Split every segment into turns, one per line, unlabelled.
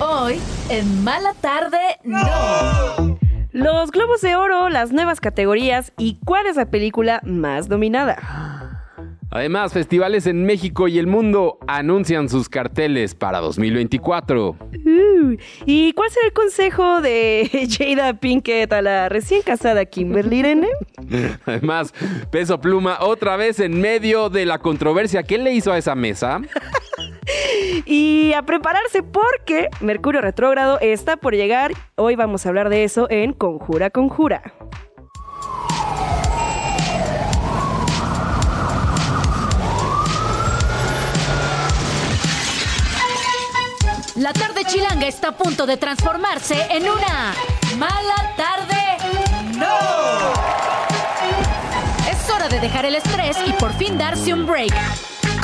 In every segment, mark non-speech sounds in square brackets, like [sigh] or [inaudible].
Hoy, en Mala Tarde, no.
Los Globos de Oro, las nuevas categorías y cuál es la película más dominada.
Además, festivales en México y el mundo anuncian sus carteles para 2024.
Uh, ¿Y cuál será el consejo de [laughs] Jada Pinkett a la recién casada Kimberly Irene?
Además, Peso Pluma otra vez en medio de la controversia. ¿Qué le hizo a esa mesa?
Y a prepararse porque Mercurio retrógrado está por llegar. Hoy vamos a hablar de eso en Conjura Conjura.
La tarde chilanga está a punto de transformarse en una Mala Tarde, no. Es hora de dejar el estrés y por fin darse un break.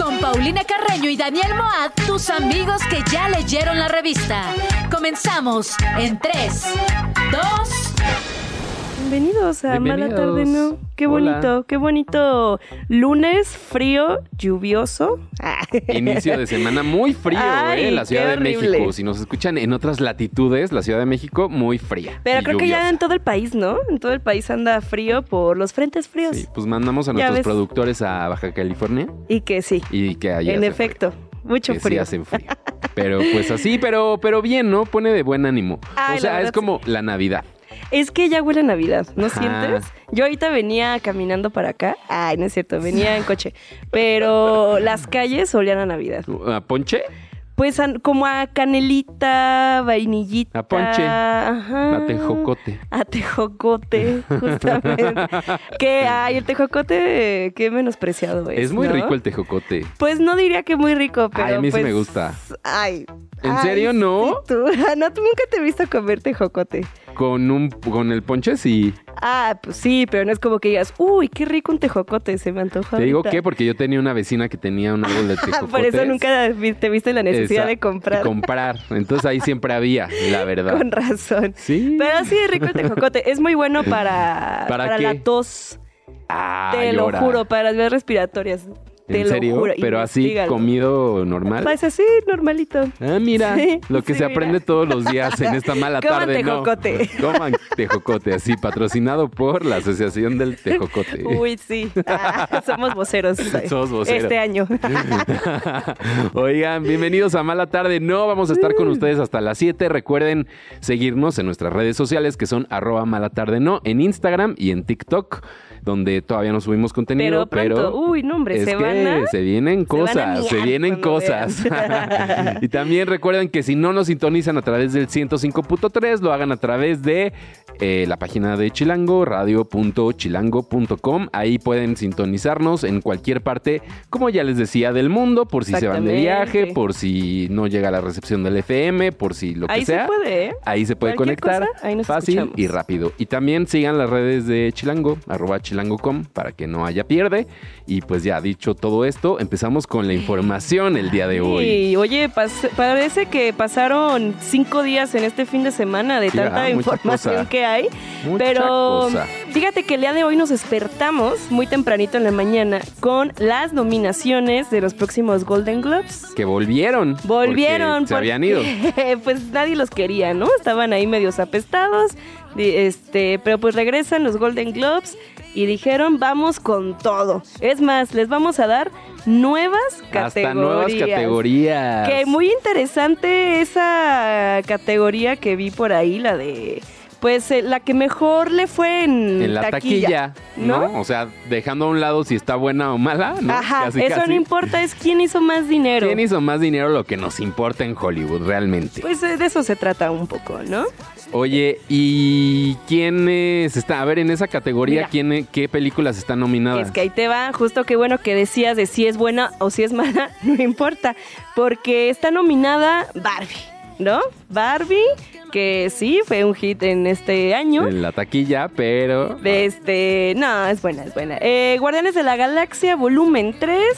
Con Paulina Carreño y Daniel Moad, tus amigos que ya leyeron la revista. Comenzamos en 3, 2,
Bienvenidos a Mala
Bienvenidos.
Tarde, ¿no? Qué
Hola.
bonito, qué bonito. Lunes frío, lluvioso.
Inicio de semana muy frío,
[laughs] Ay,
¿eh? En la
qué
Ciudad de
horrible.
México. Si nos escuchan en otras latitudes, la Ciudad de México muy fría.
Pero
y
creo que ya
lluviosa.
en todo el país, ¿no? En todo el país anda frío por los frentes fríos.
Sí, pues mandamos a
Ya
nuestros
ves.
productores a Baja California
Y que sí,
y que ahí
en
hace
efecto, mucho
frío. Que sí
frío.
hacen frío. Pero pues así, pero, pero bien, ¿no? Pone de buen ánimo.
Ay,
o
la
sea,
verdad,
es como la Navidad.
Es que ya huele a Navidad, ¿no
Ajá.
sientes? Yo ahorita venía caminando para acá. Ay, no es cierto, venía en coche. Pero las calles olían a Navidad.
¿A ponche?
Pues an- como a canelita, vainillita.
A ponche.
Ajá.
A tejocote.
A tejocote,
[laughs]
justamente. que, ay, el tejocote, eh, qué menospreciado es.
Es muy
¿no?
rico el tejocote.
Pues no diría que muy rico, pero.
Ay, a mí sí
pues,
me gusta.
Ay.
¿En
ay,
serio, no?
sí, tú- [laughs] no, tú nunca te he visto comer tejocote.
Con un con el ponche sí.
Ah, pues sí, pero no es como que digas, uy, qué rico un tejocote, se me antoja.
Te digo
ahorita".
qué, porque yo tenía una vecina que tenía un árbol de
[laughs]
tejocotes.
Por eso nunca vi- te viste la necesidad
Esa-
de comprar.
Comprar. Entonces ahí siempre había,
[laughs]
la verdad.
Con razón.
Sí.
Pero sí es rico el tejocote. Es muy bueno para,
[laughs] ¿Para qué?
la tos.
Ah,
te lo
llora.
juro, para las vías respiratorias. Te
¿En serio?
lo juro.
Pero así
investígalo.
comido normal.
Pues así, normalito.
Ah, mira,
Sí,
lo que
sí,
se
mira.
aprende todos los días en esta
[laughs]
mala
Coman
tarde.
tejocote.
No. Coman tejocote, así, patrocinado por la
[laughs]
Asociación del Tejocote.
Uy, sí. [laughs] Ah, somos voceros.
[laughs] Somos voceros.
Este año.
Oigan, bienvenidos a Mala Tarde. No, vamos a estar con ustedes hasta las 7. Recuerden seguirnos en nuestras redes sociales que son arroba Mala Tarde No en Instagram y en TikTok, donde todavía no subimos
[laughs]
contenido,
Pero
pero...
pronto, Uh, uy, no, hombre,
es
se
que
van a...
se vienen
van a
cosas, se,
miar
vienen
cuando [laughs]
cosas.
vean.
y también recuerden que si no nos sintonizan a través del 105.3, lo hagan a través de eh, la página de Chilango, radio.chilango.com. Ahí pueden sintonizarnos en cualquier parte, como ya les decía, del mundo, por si se van de
Exactamente.
viaje, por si no llega la recepción del FM, por si lo que
Ahí
sea.
se puede, ¿eh?
Ahí se puede
Cualquier
conectar
cosa, ahí nos
fácil
escuchamos.
y rápido. Y también sigan las redes de Chilango, arroba chilango.com, para que no haya pierde. Y pues ya dicho todo esto, empezamos con la información el día de hoy.
Sí, oye, pas- parece que pasaron cinco días en este fin de semana de
Sí,
tanta
ajá, mucha
información
cosa.
que hay.
Mucha
pero
cosa.
fíjate que el día de hoy nos despertamos muy tempranito en la mañana con las nominaciones de los próximos Golden Globes.
Que volvieron.
Volvieron.
porque Se habían ido.
[laughs] porque, Pues nadie los quería, ¿no? Estaban ahí medios apestados. di- Este, pero pues regresan los Golden Globes y dijeron, vamos con todo. Es más, les vamos a dar nuevas categorías.
Hasta nuevas categorías.
Que muy interesante esa categoría que vi por ahí, la de. Pues eh, la que mejor le fue en.
en la taquilla, ¿no?
¿no?
O sea, dejando a un lado si está buena o mala, ¿no?
Ajá,
Casi,
eso
casi.
no importa, es quién hizo más dinero.
¿Quién hizo más dinero lo que nos importa en Hollywood realmente?
Pues eh, de eso se trata un poco, ¿no?
Oye, ¿y quiénes están? A ver, en esa categoría,
Mira.
¿quién, ¿qué películas están nominadas?
Es que ahí te va, justo qué bueno que decías de si es buena o si es mala, [laughs] no importa, porque está nominada Barbie, ¿no? Barbie, que sí, fue un hit en este año.
En la taquilla, pero.
De Este, no, es buena, es buena. Eh, Guardianes de la Galaxia, volumen 3,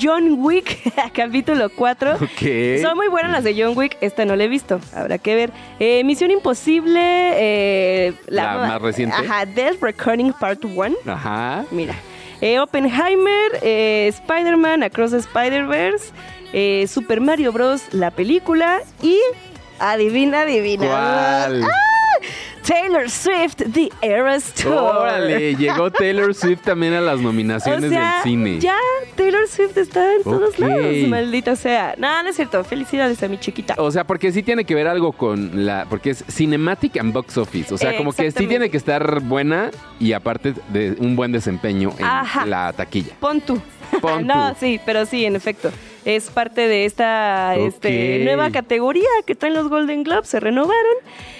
John Wick, [laughs] capítulo 4.
[laughs] Ok.
Son muy buenas las de John Wick, esta no la he visto, habrá que ver. Eh, Misión Imposible, eh,
La más reciente.
Ajá, Death Recording Part 1.
Ajá.
Mira. eh, Oppenheimer, eh, Spider-Man, Across the Spider-Verse, eh, Super Mario Bros. la película y Adivina, adivina.
¿Cuál?
Taylor Swift, The Eras Tour.
Órale, llegó Taylor Swift también a las
O
nominaciones
sea,
del cine.
ya Taylor Swift está en todos
Ok.
lados, maldita sea. No, no es cierto. Felicidades a mi chiquita.
O sea, porque sí tiene que ver algo con la. Porque es Cinematic and Box Office. O sea, como que sí
Exactamente.
tiene que estar buena y aparte de un buen desempeño en
Ajá.
la
[laughs]
taquilla.
Pon tú.
Pon
no,
tú.
sí, pero sí, en efecto. Es parte de esta este,
Ok.
nueva categoría que traen los Golden Globes. Se renovaron.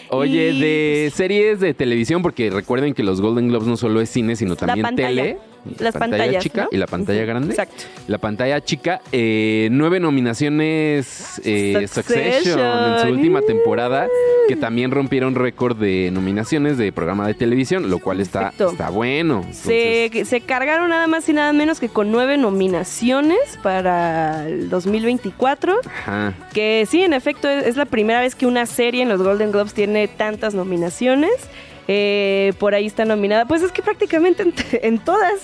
Oye,
Y, pues
de series de televisión, porque recuerden que los Golden Globes no solo es cine, sino
La
también
pantalla.
tele.
Las pantallas,
chica
¿no?
y la pantalla
Ujú,
grande.
exacto.
La pantalla chica, eh, nueve nominaciones
Succession.
eh, Succession en su última
Yeah.
temporada, que también rompieron récord de nominaciones de programa de televisión, lo cual está,
Perfecto.
está bueno.
Se,
Entonces,
se cargaron nada más y nada menos que con nueve nominaciones para el 2024.
ajá.
Que sí, en efecto, es, es la primera vez que una serie en los Golden Globes tiene tantas nominaciones. Eh, por ahí está nominada. Pues es que prácticamente en, [laughs] en todas.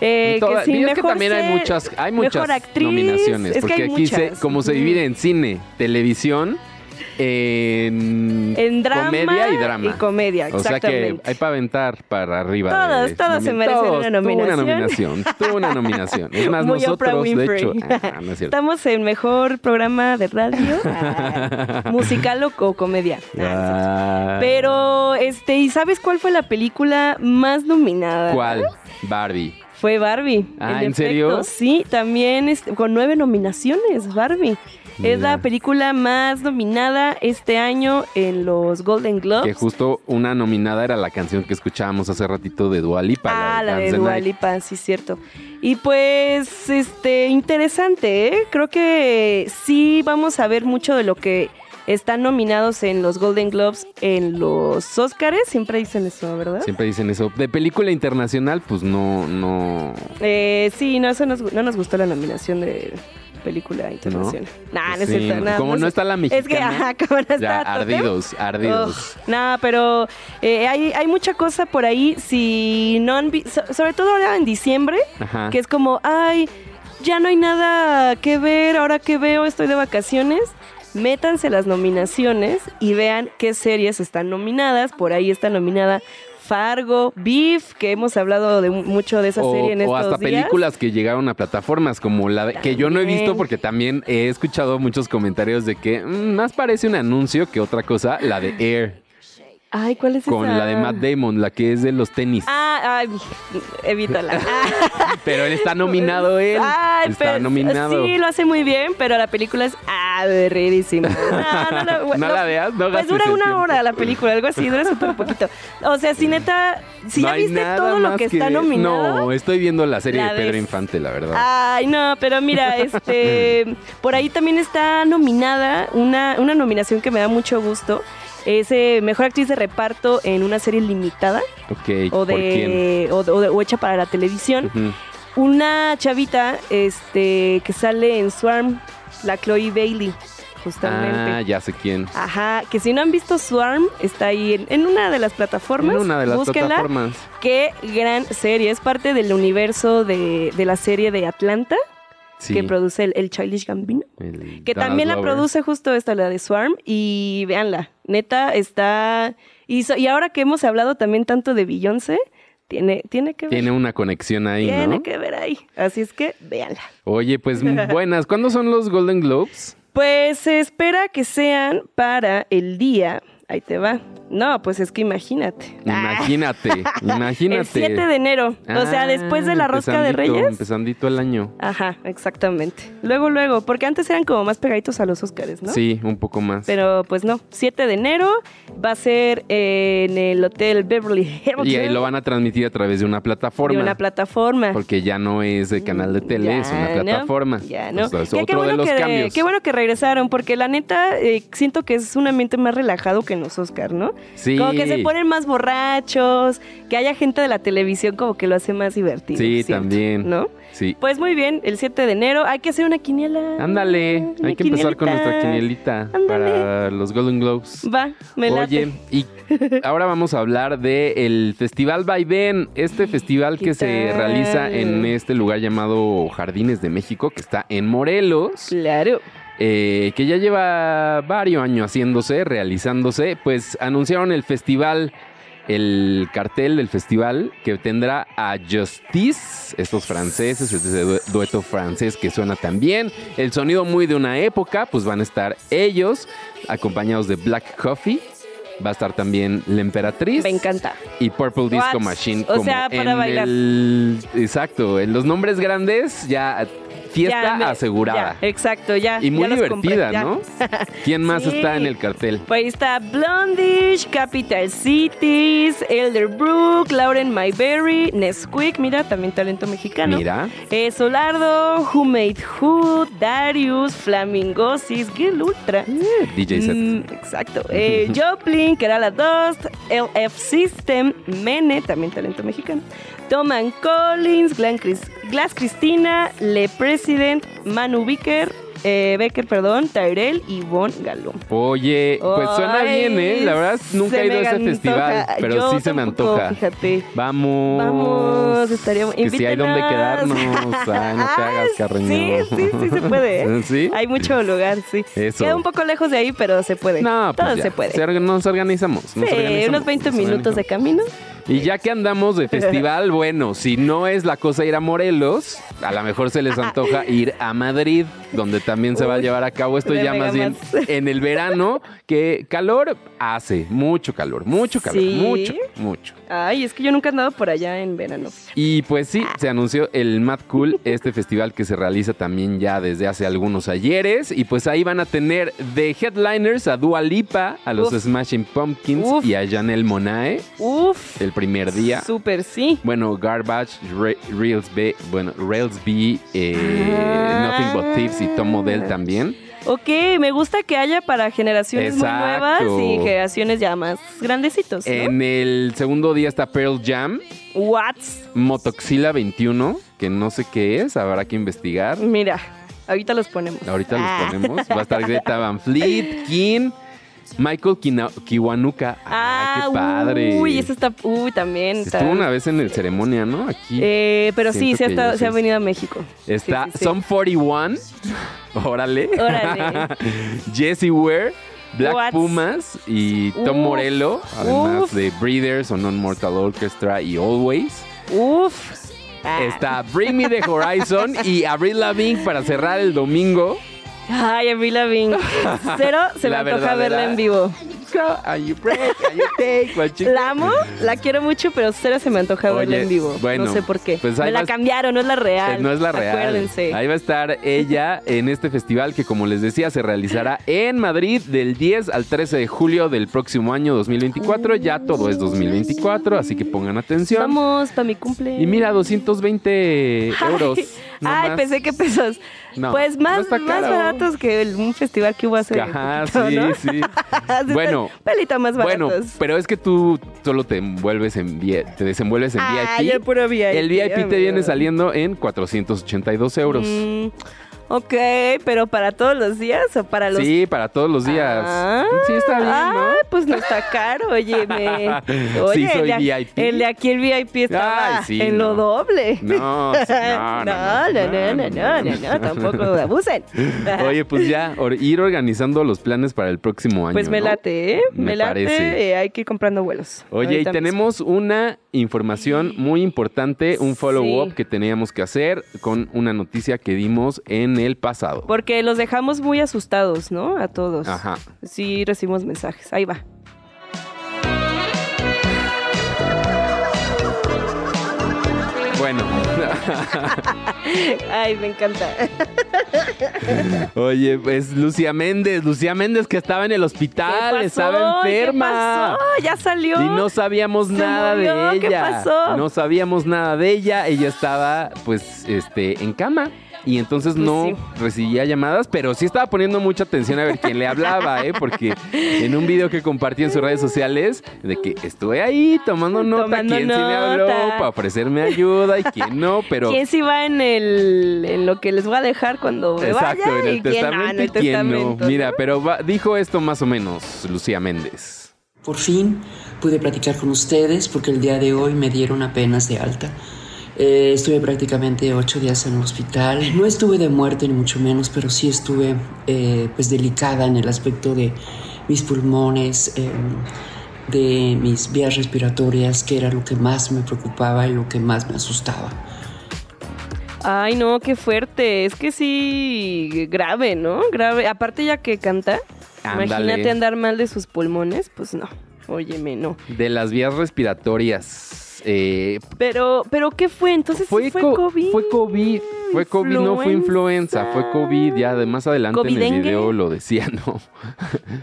Eh,
Toda-
que sí,
y es que
mejor
también hay
ser-
muchas, hay
mejor
muchas
actriz,
nominaciones,
es que
porque
hay
aquí se-
muchas.
como se
Ujú.
divide en cine, televisión, en,
En drama
comedia y drama.
y comedia,
o sea que
exactamente.
hay para aventar para arriba.
Todos,
de-
todos se
nomi-
merecen una
todos, tú
nominación.
Tú una nominación, tú una nominación.
[laughs]
Es más,
Muy Oprah
nosotros, de
Winfrey.
hecho, [laughs] ah, no es
[laughs]
cierto.
Estamos en mejor programa de radio,
[laughs]
ah, musical o, o comedia. Ah, no es cierto.
Ah.
Pero, este, ¿y sabes cuál fue la película más nominada?
¿Cuál? Barbie.
Fue Barbie.
Ah, ¿en serio?
Sí, también este, con nueve nominaciones, Barbie.
Mira.
Es la película más nominada este año en los Golden
Que
Globes.
justo una nominada era la canción que escuchábamos hace ratito de Dua Lipa.
Ah, la de
Dance the
Dua
Night.
Lipa, sí, cierto. Y pues, este, interesante, ¿eh? Creo que sí vamos a ver mucho de lo que están nominados en los Golden Globes, en los Óscares, siempre dicen eso, ¿verdad?
Siempre dicen eso. De película internacional, pues no, no.
Eh, sí, no, eso nos, no nos gustó la nominación de película internacional. No, Ah, no,
Pues
es
sí,
cierto. no,
como
es
no
cierto.
está la
Es que,
mexicana,
ajá, [laughs] como no
Ya,
está. Totem.
ardidos, ardidos.
Ugh, no, pero eh, hay, hay mucha cosa por ahí. Si no han vi- so- sobre todo ahora en diciembre,
Ajá.
que es como, ay, ya no hay nada que ver, ahora que veo, estoy de vacaciones. Métanse las nominaciones y vean qué series están nominadas. Por ahí está nominada Fargo, Beef, que hemos hablado de mu- mucho de esa
o,
serie en
o
estos
hasta
días.
películas que llegaron a plataformas como la de- que yo no he visto
También.
porque también he escuchado muchos comentarios de que mm, más parece un anuncio que otra cosa, la de Air
Ay, ¿cuál es
con
esa?
la de Matt Damon, la que es de los tenis,
Ah, ay, evítala. Ah.
pero él está [laughs]
[laughs]
nominado él,
Ay,
está
pues,
nominado.
Sí, lo hace muy bien, pero la película es
[laughs]
aburridísima. No, no,
No la veas, no
Pues
gastes
dura
el
una
tiempo.
hora la película, algo así, dura súper poquito. O sea, si neta, si
No
ya
hay
viste
nada
todo lo
más
que, está
ver.
nominado.
No, estoy viendo la serie
La Ah,
de Pedro
ves.
Infante, la verdad.
Ay, no, pero
[laughs]
mira, este, por ahí también está nominada una, una nominación que me da mucho gusto. Es eh, Mejor Actriz de Reparto en una serie limitada
ok,
o
¿por quién?
de, o, de- o de- o hecha para la televisión.
Ujú.
una chavita este que sale en Swarm, la Chloe Bailey,
Ah,
justamente.
ya sé quién.
Ajá, que si no han visto Swarm, está ahí en, en una de las plataformas.
En una de las
Búsquenla.
plataformas.
Qué gran serie. Es parte del universo de, de la serie de Atlanta
Sí,
que produce el, el Childish Gambino.
el
Que
Donald
también la
Glover.
produce justo esta, la de Swarm. Y véanla, neta, está. Y, so- y ahora que hemos hablado también tanto de Beyoncé, tiene, tiene que ver.
Tiene una conexión ahí,
tiene
¿no?
que ver ahí. Así es que véanla.
Oye, pues
[laughs]
buenas. ¿Cuándo son los Golden Globes?
Pues se espera que sean para el día. Ahí te va. No, pues es que imagínate.
Imagínate, imagínate.
[laughs] El 7 de enero. o sea, después de la
Ah,
rosca de
empezandito,
Reyes.
Empezandito el año.
Ajá, exactamente. Luego, luego, porque antes eran como más pegaditos a los Óscares, ¿no?
Sí, un poco más.
Pero pues no, 7 de enero va a ser en el Hotel Beverly Hills.
y ahí lo van a transmitir a través de una plataforma.
de una plataforma.
porque ya no es de este canal de tele, es una
Ya, ¿no?
plataforma.
Ya, ¿no?
O sea, es
Que
otro
qué, bueno
de los
que,
cambios.
qué bueno que regresaron, porque la neta eh, siento que es un ambiente más relajado que en los Oscar, ¿no?
Sí.
Como que se ponen más borrachos, que haya gente de la televisión como que lo hace más divertido.
Sí,
siento,
también.
¿no?
Sí.
Pues muy bien, el 7 de enero hay que hacer una quiniela.
Ándale,
Una
hay que empezar con nuestra
quinielita.
quinielita
Ándale.
para los Golden Globes.
Va, me late.
Oye, y ahora vamos a hablar del Festival Vaivén, este festival
¿Qué
que se
tal?
realiza en este lugar llamado Jardines de México, que está en Morelos.
Claro.
eh, que ya lleva varios años haciéndose, realizándose, pues anunciaron el festival, el cartel del festival que tendrá a Justice, estos franceses, este du- dueto francés que suena tan bien, el sonido muy de una época, pues van a estar ellos, acompañados de Black Coffee, va a estar también La Emperatriz.
Me encanta.
Y Purple Disco
What?
Machine.
O sea, para bailar.
el- exacto, en los nombres grandes ya fiesta
Ya me-
asegurada.
ya, exacto, ya.
y
ya
muy
los compré,
divertida,
ya.
¿no? ¿Quién más
Sí.
está en el cartel?
Pues ahí está Blondish, Capital Cities, Elderbrook, Lauren Myberry, Nesquik, mira, también talento mexicano.
Mira,
Eh, Solardo, Who Made Who, Darius, Flamingosis, Gil Ultra.
DJ Set.
Mm, exacto. Eh, Joplin, Kerala Dust, LF System, Mene, también talento mexicano. Toman Collins, Glenn Chris- Glass Cristina, Le President, Manu Becker, eh, Becker, perdón, Tyrell y Von Galo.
Oye, pues suena
Ay,
bien, ¿eh? La verdad, nunca
se
he ido a
me
ese
antoja.
festival, pero
Yo
sí se me
tampoco,
antoja.
Fíjate.
Vamos.
Vamos, estaría bu-
Que si hay donde
invítenos.
quedarnos. Ay, no te hagas,
[laughs] Ay,
Carreño.
Sí, sí, sí se puede. ¿eh?
¿Sí?
Hay mucho lugar, sí.
Eso.
Queda un poco lejos de ahí, pero se puede.
[laughs] No, pues
Todo
ya.
se puede.
Se orga- nos organizamos. nos
Sí,
organizamos,
unos 20
nos
minutos de
organizamos.
camino.
Y ya que andamos
[laughs]
de festival, bueno, si no es la cosa ir a Morelos, a lo mejor se les antoja ir a Madrid, donde también se va a
Uy,
llevar a cabo esto
me
ya más bien
regamas.
en el verano, que calor hace, mucho calor, mucho calor,
Sí.
mucho, mucho.
Ay, es que yo nunca he andado por allá en verano.
Y pues sí, se anunció el Mad Cool, este festival que se realiza también ya desde hace algunos ayeres. Y pues ahí van a tener de headliners a Dua Lipa, a los
Uf.
Smashing Pumpkins
Uf.
y a Janelle Monae
Uf.
el primer día.
Súper sí.
Bueno, Garbage, Re- Reels B, bueno, Rails B, eh,
Ah.
Nothing But Thieves y Tom Model también.
Ok, me gusta que haya para generaciones
Exacto.
muy nuevas y generaciones ya más grandecitos. ¿no?
En el segundo día está Pearl Jam,
What?
Motoxila 21, que no sé qué es, habrá que investigar.
Mira, ahorita los ponemos.
Ahorita
Ah.
los ponemos. Va a estar Greta Van Fleet, King, Michael Kina- Kiwanuka. ¡Ah, qué padre!
Uy, eso está. Uy, también. está-
Estuvo una vez en el ceremonia, ¿no? Aquí.
Eh, pero sí,
Siento
se ha,
que
estado-
yo
se ha
sí.
venido a México.
Está
Sí, sí, sí. [laughs]
Son 41. Órale.
Órale.
[laughs] Jesse Ware. Black
What?
Pumas y Tom
Uf,
Morello, además
uf.
de Breeders o Non Mortal Orchestra y Always.
Uf. Ah.
Está Bring Me the Horizon y Avril Lavigne para cerrar
[laughs]
el domingo.
Ay, Avril
[laughs]
Lavigne. Cero, se
La
me antoja
verdadera-
verla en vivo.
Girl, and you break, and you take what you-
La amo, la quiero mucho, pero cero se me antoja
Oye,
verla en vivo.
bueno,
no sé por qué.
pues ahí
me la
vas-
cambiaron, no es la
Eh,
real.
No es la real.
Acuérdense.
Ahí va a estar ella en este festival que, como les decía, se realizará en Madrid del 10 al 13 de julio del próximo año 2024. Ya todo es 2024, así que pongan atención.
Vamos, para mi cumple.
Y mira, 220 euros.
Ay,
no
ay,
más.
pensé que pesos.
No,
pues
no
más,
está
más
caro.
baratos que el- un festival que hubo hace.
Ajá,
poquito,
sí,
¿no?
sí.
Así
Bueno.
están Pelito [laughs] más
Bueno,
baratos.
pero es que tú solo te envuelves en vie- te desenvuelves en
Ay,
VIP.
el puro VIP.
El VIP te viene
amigo.
saliendo en 482 euros.
Mm, ok, pero para todos los días o para los
Sí, para todos los días.
Ah,
sí, está bien, ¿no?
ah, pues no está caro, óyeme.
Sí,
Oye, el,
soy
de, a-
VIP.
el de aquí el VIP estaba
Ay, sí,
en
no.
lo doble.
No, sí,
[laughs]
no, no,
no, no, no, no, no, no, tampoco abusen.
[laughs] Oye, pues ya, or- ir organizando los planes para el próximo año.
pues me
¿no?
late, ¿eh? Me,
Me
late,
parece.
eh, hay que ir comprando vuelos.
Oye, y
Ahorita mismo.
tenemos una información muy importante, un follow-up
Sí.
que teníamos que hacer con una noticia que dimos en el pasado.
Porque los dejamos muy asustados, ¿no? A todos.
Ajá.
Sí, recibimos mensajes. Ahí va.
Bueno, [laughs]
Ay, me encanta.
oye, pues Lucía Méndez, Lucía Méndez que estaba en el hospital,
¿Qué
Ah, estaba
pasó? ¿Qué
enferma.
pasó? Ya salió.
Y no sabíamos
Se
nada de
murió,
ella.
¿qué pasó?
No sabíamos nada de ella. Ella estaba, pues, este, en cama. Y entonces
Pues
no
sí.
recibía llamadas, pero sí estaba poniendo mucha atención a ver quién le hablaba, ¿eh? Porque en un video que compartí en sus redes sociales, de que estuve ahí tomando nota,
Tomando
quién sí me habló
nota.
para ofrecerme ayuda y quién no, pero.
¿Quién sí va en, el, en lo que les voy a dejar cuando me
Exacto,
vaya?
en el
y quién no,
testamento
en el
y quién
testamento,
no. Mira,
¿no?
pero va- dijo esto más o menos Lucía Méndez.
Por fin pude platicar con ustedes porque el día de hoy me dieron apenas de alta. Eh, estuve prácticamente ocho días en el hospital. No estuve de muerte ni mucho menos, pero sí estuve eh, pues delicada en el aspecto de mis pulmones, eh, de mis vías respiratorias, que era lo que más me preocupaba y lo que más me asustaba.
Ay, no, qué fuerte. Es que sí, grave, ¿no? Grave. Aparte ya que canta,
Ándale.
imagínate andar mal de sus pulmones, pues no. Óyeme, no.
De las vías respiratorias. eh,
Pero, pero ¿qué fue? Entonces sí fue,
co-
COVID.
Fue COVID. Fue COVID, no fue influenza, fue COVID. Ya de más adelante en el
¿Covidengue?
video lo decía, [laughs] ¿no?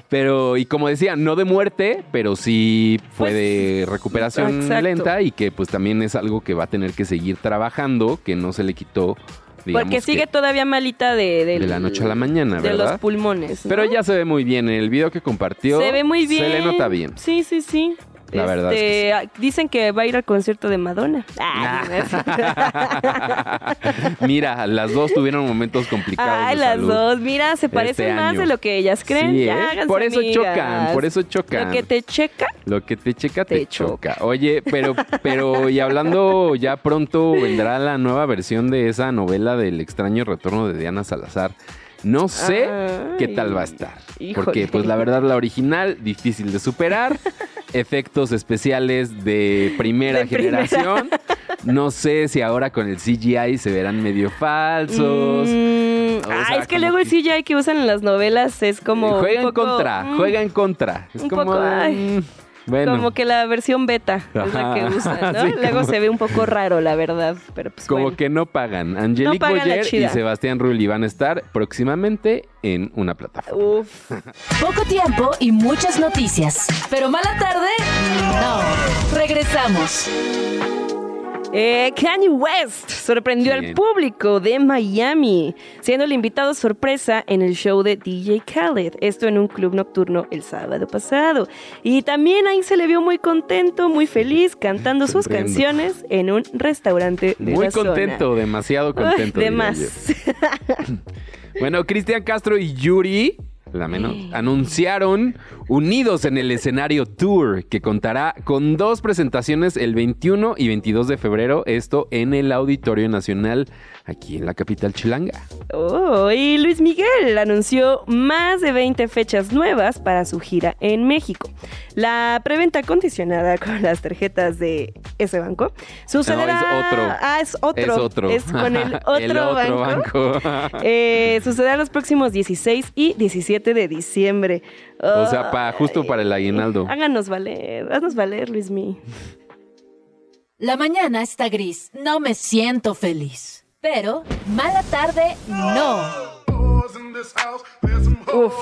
pero, y como decía, no de muerte, pero sí fue
Pues,
de recuperación
exacto.
lenta y que pues también es algo que va a tener que seguir trabajando, que no se le quitó, digamos.
Porque sigue
que
todavía malita de, del-
de la noche a la mañana,
de los
¿verdad?
pulmones. ¿no?
Pero ya se ve muy bien. En el video que compartió,
se ve muy bien.
Se le
[laughs]
nota bien.
Sí, sí, sí.
La verdad es que
Este, Dicen que va a ir al concierto de Madonna.
[laughs]
Ah, no es cierto.
Mira, las dos tuvieron momentos complicados.
[laughs] Ay,
de
las
salud.
dos. Mira, se parecen más
Este año.
de lo que ellas creen.
Sí,
Ya,
¿eh?
háganse
Por eso
amigas.
chocan, por eso chocan.
Lo que te checa,
Lo que te checa te,
Te
choca. Oye, pero, pero, y hablando, ya pronto vendrá la nueva versión de esa novela del extraño retorno de Diana Salazar. No sé qué tal va a estar.
Ay,
Porque,
híjole.
pues la verdad, la original, difícil de superar. Efectos especiales de primera
De primera.
generación. No sé si ahora con el CGI se verán medio falsos.
Mm,
O sea,
ay, es que
como
luego el
que-
CGI que usan en las novelas es como.
juega
un
en
poco,
contra,
mm,
juega en contra. Es
un
como.
poco, ay,
mm, bueno.
Como que la versión beta es la que
Ajá. [laughs]
usan, ¿no?
Sí,
luego
como-
se ve un poco raro, la verdad. Pero pues.
Como
bueno.
que no pagan. Angelique
pagan la
Boyer y
chida.
Sebastián Rulli van a estar próximamente en una plataforma.
Uf.
Poco tiempo y muchas noticias. Pero mala tarde, no. Regresamos.
Eh, Kanye West sorprendió
Sí.
al público de Miami, siendo el invitado sorpresa en el show de DJ Khaled, esto en un club nocturno el sábado pasado. Y también ahí se le vio muy contento, muy feliz, cantando sus
Comprendo.
canciones en un restaurante de
Muy
la zona.
contento, demasiado
Ay,
contento.
de
diría
más.
yo. Bueno, Cristian Castro y Yuri, la menor, anunciaron Unidos en el escenario Tour, que contará con dos presentaciones el 21 y 22 de febrero, esto en el Auditorio Nacional, aquí en la capital chilanga.
Oh, y Luis Miguel anunció más de 20 fechas nuevas para su gira en México. La preventa condicionada [laughs] con las tarjetas de ese banco sucederá.
otro.
Ah, es otro.
Es otro.
Es con el otro,
[laughs] El otro
banco.
banco.
Eh, sucederá los próximos 16 y 17 de diciembre.
O sea, pa,
Ay.
justo para el aguinaldo.
Háganos valer, haznos valer, Luismi.
La mañana está gris. No me siento feliz. Pero mala tarde, no.
Uf.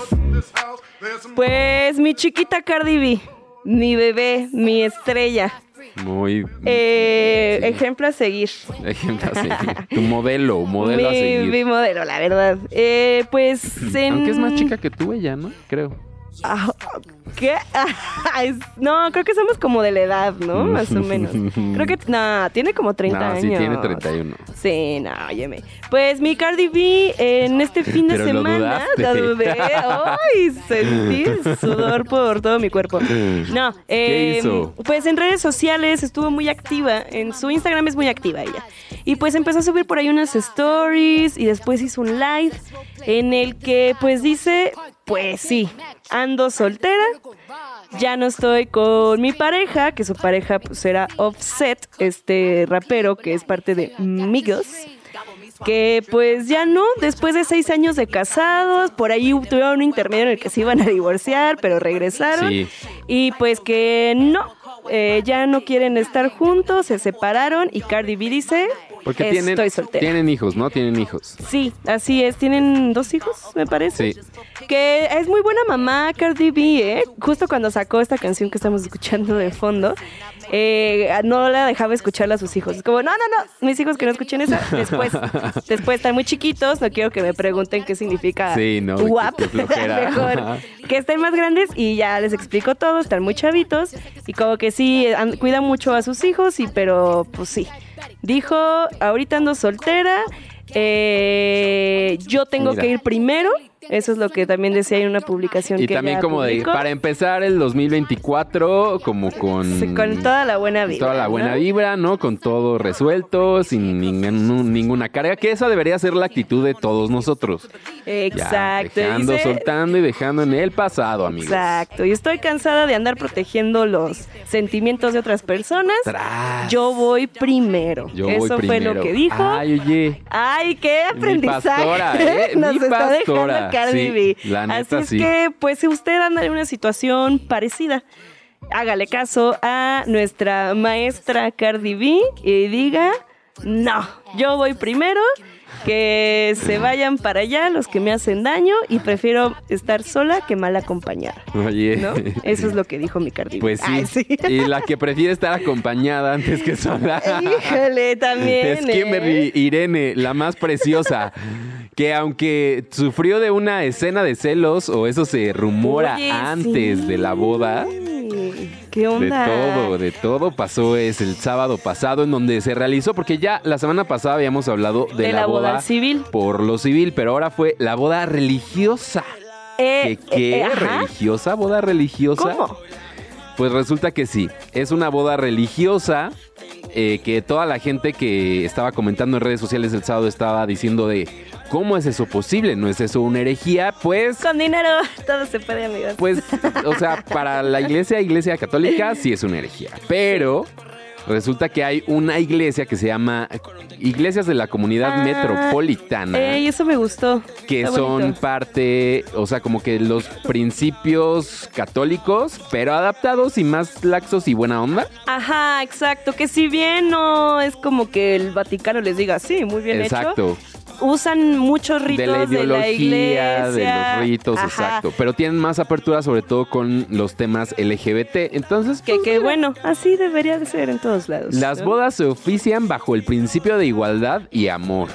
Pues mi chiquita Cardi B, mi bebé, mi estrella. [laughs]
Muy
Eh,
Sí.
Ejemplo a seguir.
ejemplo a seguir. Tu modelo, modelo a
mi,
seguir.
mi modelo, la verdad. Eh, pues en...
Aunque es más chica que tú ella, ¿no? Creo.
Ah, ¿Qué? [laughs] Es- no, creo que somos como de la edad, ¿no? Más o
[laughs]
menos. Creo que... No, tiene como 30
no,
años.
sí tiene 31.
Sí, no, óyeme. Pues mi Cardi B en este fin de
Pero lo
semana
dudaste.
la dudé. Ay, sentí el sudor por todo mi cuerpo. No, eh,
hizo?
pues en redes sociales estuvo muy activa. En su Instagram es muy activa ella. Y pues empezó a subir por ahí unas stories y después hizo un live en el que pues dice, pues sí, ando soltera. Ya no estoy con mi pareja, que su pareja pues era Offset, este rapero que es parte de Migos que pues ya no, después de seis años de casados, por ahí tuvieron un intermedio en el que se iban a divorciar, pero regresaron.
Sí.
Y pues que no, eh, ya no quieren estar juntos, se separaron y Cardi B dice,
Porque
estoy
tienen,
soltera.
tienen hijos, ¿no? Tienen hijos.
Sí, así es. Tienen dos hijos, me parece.
Sí.
Que es muy buena mamá Cardi B, ¿eh? Justo cuando sacó esta canción que estamos escuchando de fondo, eh, no la dejaba escucharla a sus hijos. Es como, no, no, no, mis hijos que no escuchen esa,
[laughs]
después. después están muy chiquitos, no quiero que me pregunten qué significa
Sí, no, qué-
guap.
qué
[laughs]
flojera.
Mejor que estén más grandes y ya les explico todo, están muy chavitos y como que sí, an- cuidan mucho a sus hijos, y pero pues sí. Dijo, ahorita ando soltera, eh, yo tengo
Mira.
que ir primero Eso es lo que también decía en una publicación.
Y
que
también
ella
como de,
publicó.
para empezar el 2024, como con...
Sí, con toda la buena vida.
Toda la buena vibra, ¿no? Con todo resuelto, sin ningún- ninguna carga, que esa debería ser la actitud de todos nosotros. Ya,
Exacto.
dejando,
dice-
soltando y dejando en el pasado, amigos.
Exacto. Y estoy cansada de andar protegiendo los sentimientos de otras personas.
Tras.
Yo voy primero.
Yo voy
Eso
primero.
fue lo que dijo. Ay,
Ay, oye.
qué
Mi
aprendizaje
pastora,
[laughs]
¿eh? Mi
nos está
pastora.
dejando Cardi
Sí,
B.
la neta,
Así es
sí.
que, pues, si usted anda en una situación parecida, hágale caso a nuestra maestra Cardi B y diga, no, yo voy primero, que se vayan para allá los que me hacen daño y prefiero estar sola que mal acompañada.
Oye. [laughs]
¿No? Eso es lo que dijo mi Cardi B.
Pues sí.
Ay,
Y la que prefiere estar acompañada antes que sola.
[laughs] Híjole, también.
Es Kimberly
¿eh?
Irene, la más preciosa, que aunque sufrió de una escena de celos, o eso se rumora
Oye,
antes
sí.
de la boda,
¿Qué
de
onda?
todo, de todo pasó es el sábado pasado en donde se realizó, porque ya la semana pasada habíamos hablado de,
De la boda civil.
por lo civil, pero ahora fue la boda religiosa.
Eh,
¿Qué, qué?
eh, ajá.
¿Religiosa? ¿Boda religiosa?
¿Cómo?
Pues resulta que sí, es una boda religiosa eh, que toda la gente que estaba comentando en redes sociales el sábado estaba diciendo de ¿cómo es eso posible? ¿No es eso una herejía? Pues,
Con dinero [laughs] todo se puede, amigos.
pues, o sea, para la iglesia, iglesia católica sí es una herejía, pero resulta que hay una iglesia que se llama Iglesias de la Comunidad
Ah,
Metropolitana
Ey, Eh, eso me gustó.
que
Está
son
bonito.
parte, o sea, como que los principios católicos, pero adaptados y más laxos y buena onda.
Ajá, exacto. Que si bien no es como que el Vaticano les diga, sí, muy bien
exacto.
hecho, usan muchos ritos
de la ideología,
iglesia.
de, los ritos,
Ajá.
exacto. Pero tienen más apertura, sobre todo con los temas LGBT. Entonces,
Que,
pues,
que bueno, así debería de ser en todos lados.
las
¿no?
bodas se ofician bajo el principio de igualdad y amor.